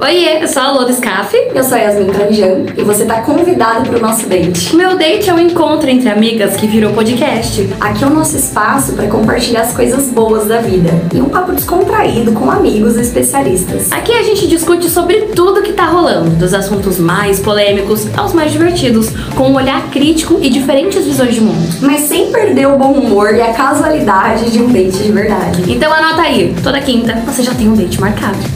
Oiê, eu sou a Loda Scaff. Eu sou a Yasmin Tranjan e você tá convidado pro nosso date. Meu date é um encontro entre amigas que virou podcast. Aqui é o nosso espaço para compartilhar as coisas boas da vida e um papo descontraído com amigos e especialistas. Aqui a gente discute sobre tudo que tá rolando, dos assuntos mais polêmicos aos mais divertidos, com um olhar crítico e diferentes visões de mundo. Mas sem perder o bom humor e a casualidade de um date de verdade. Então anota aí, toda quinta você já tem um date marcado.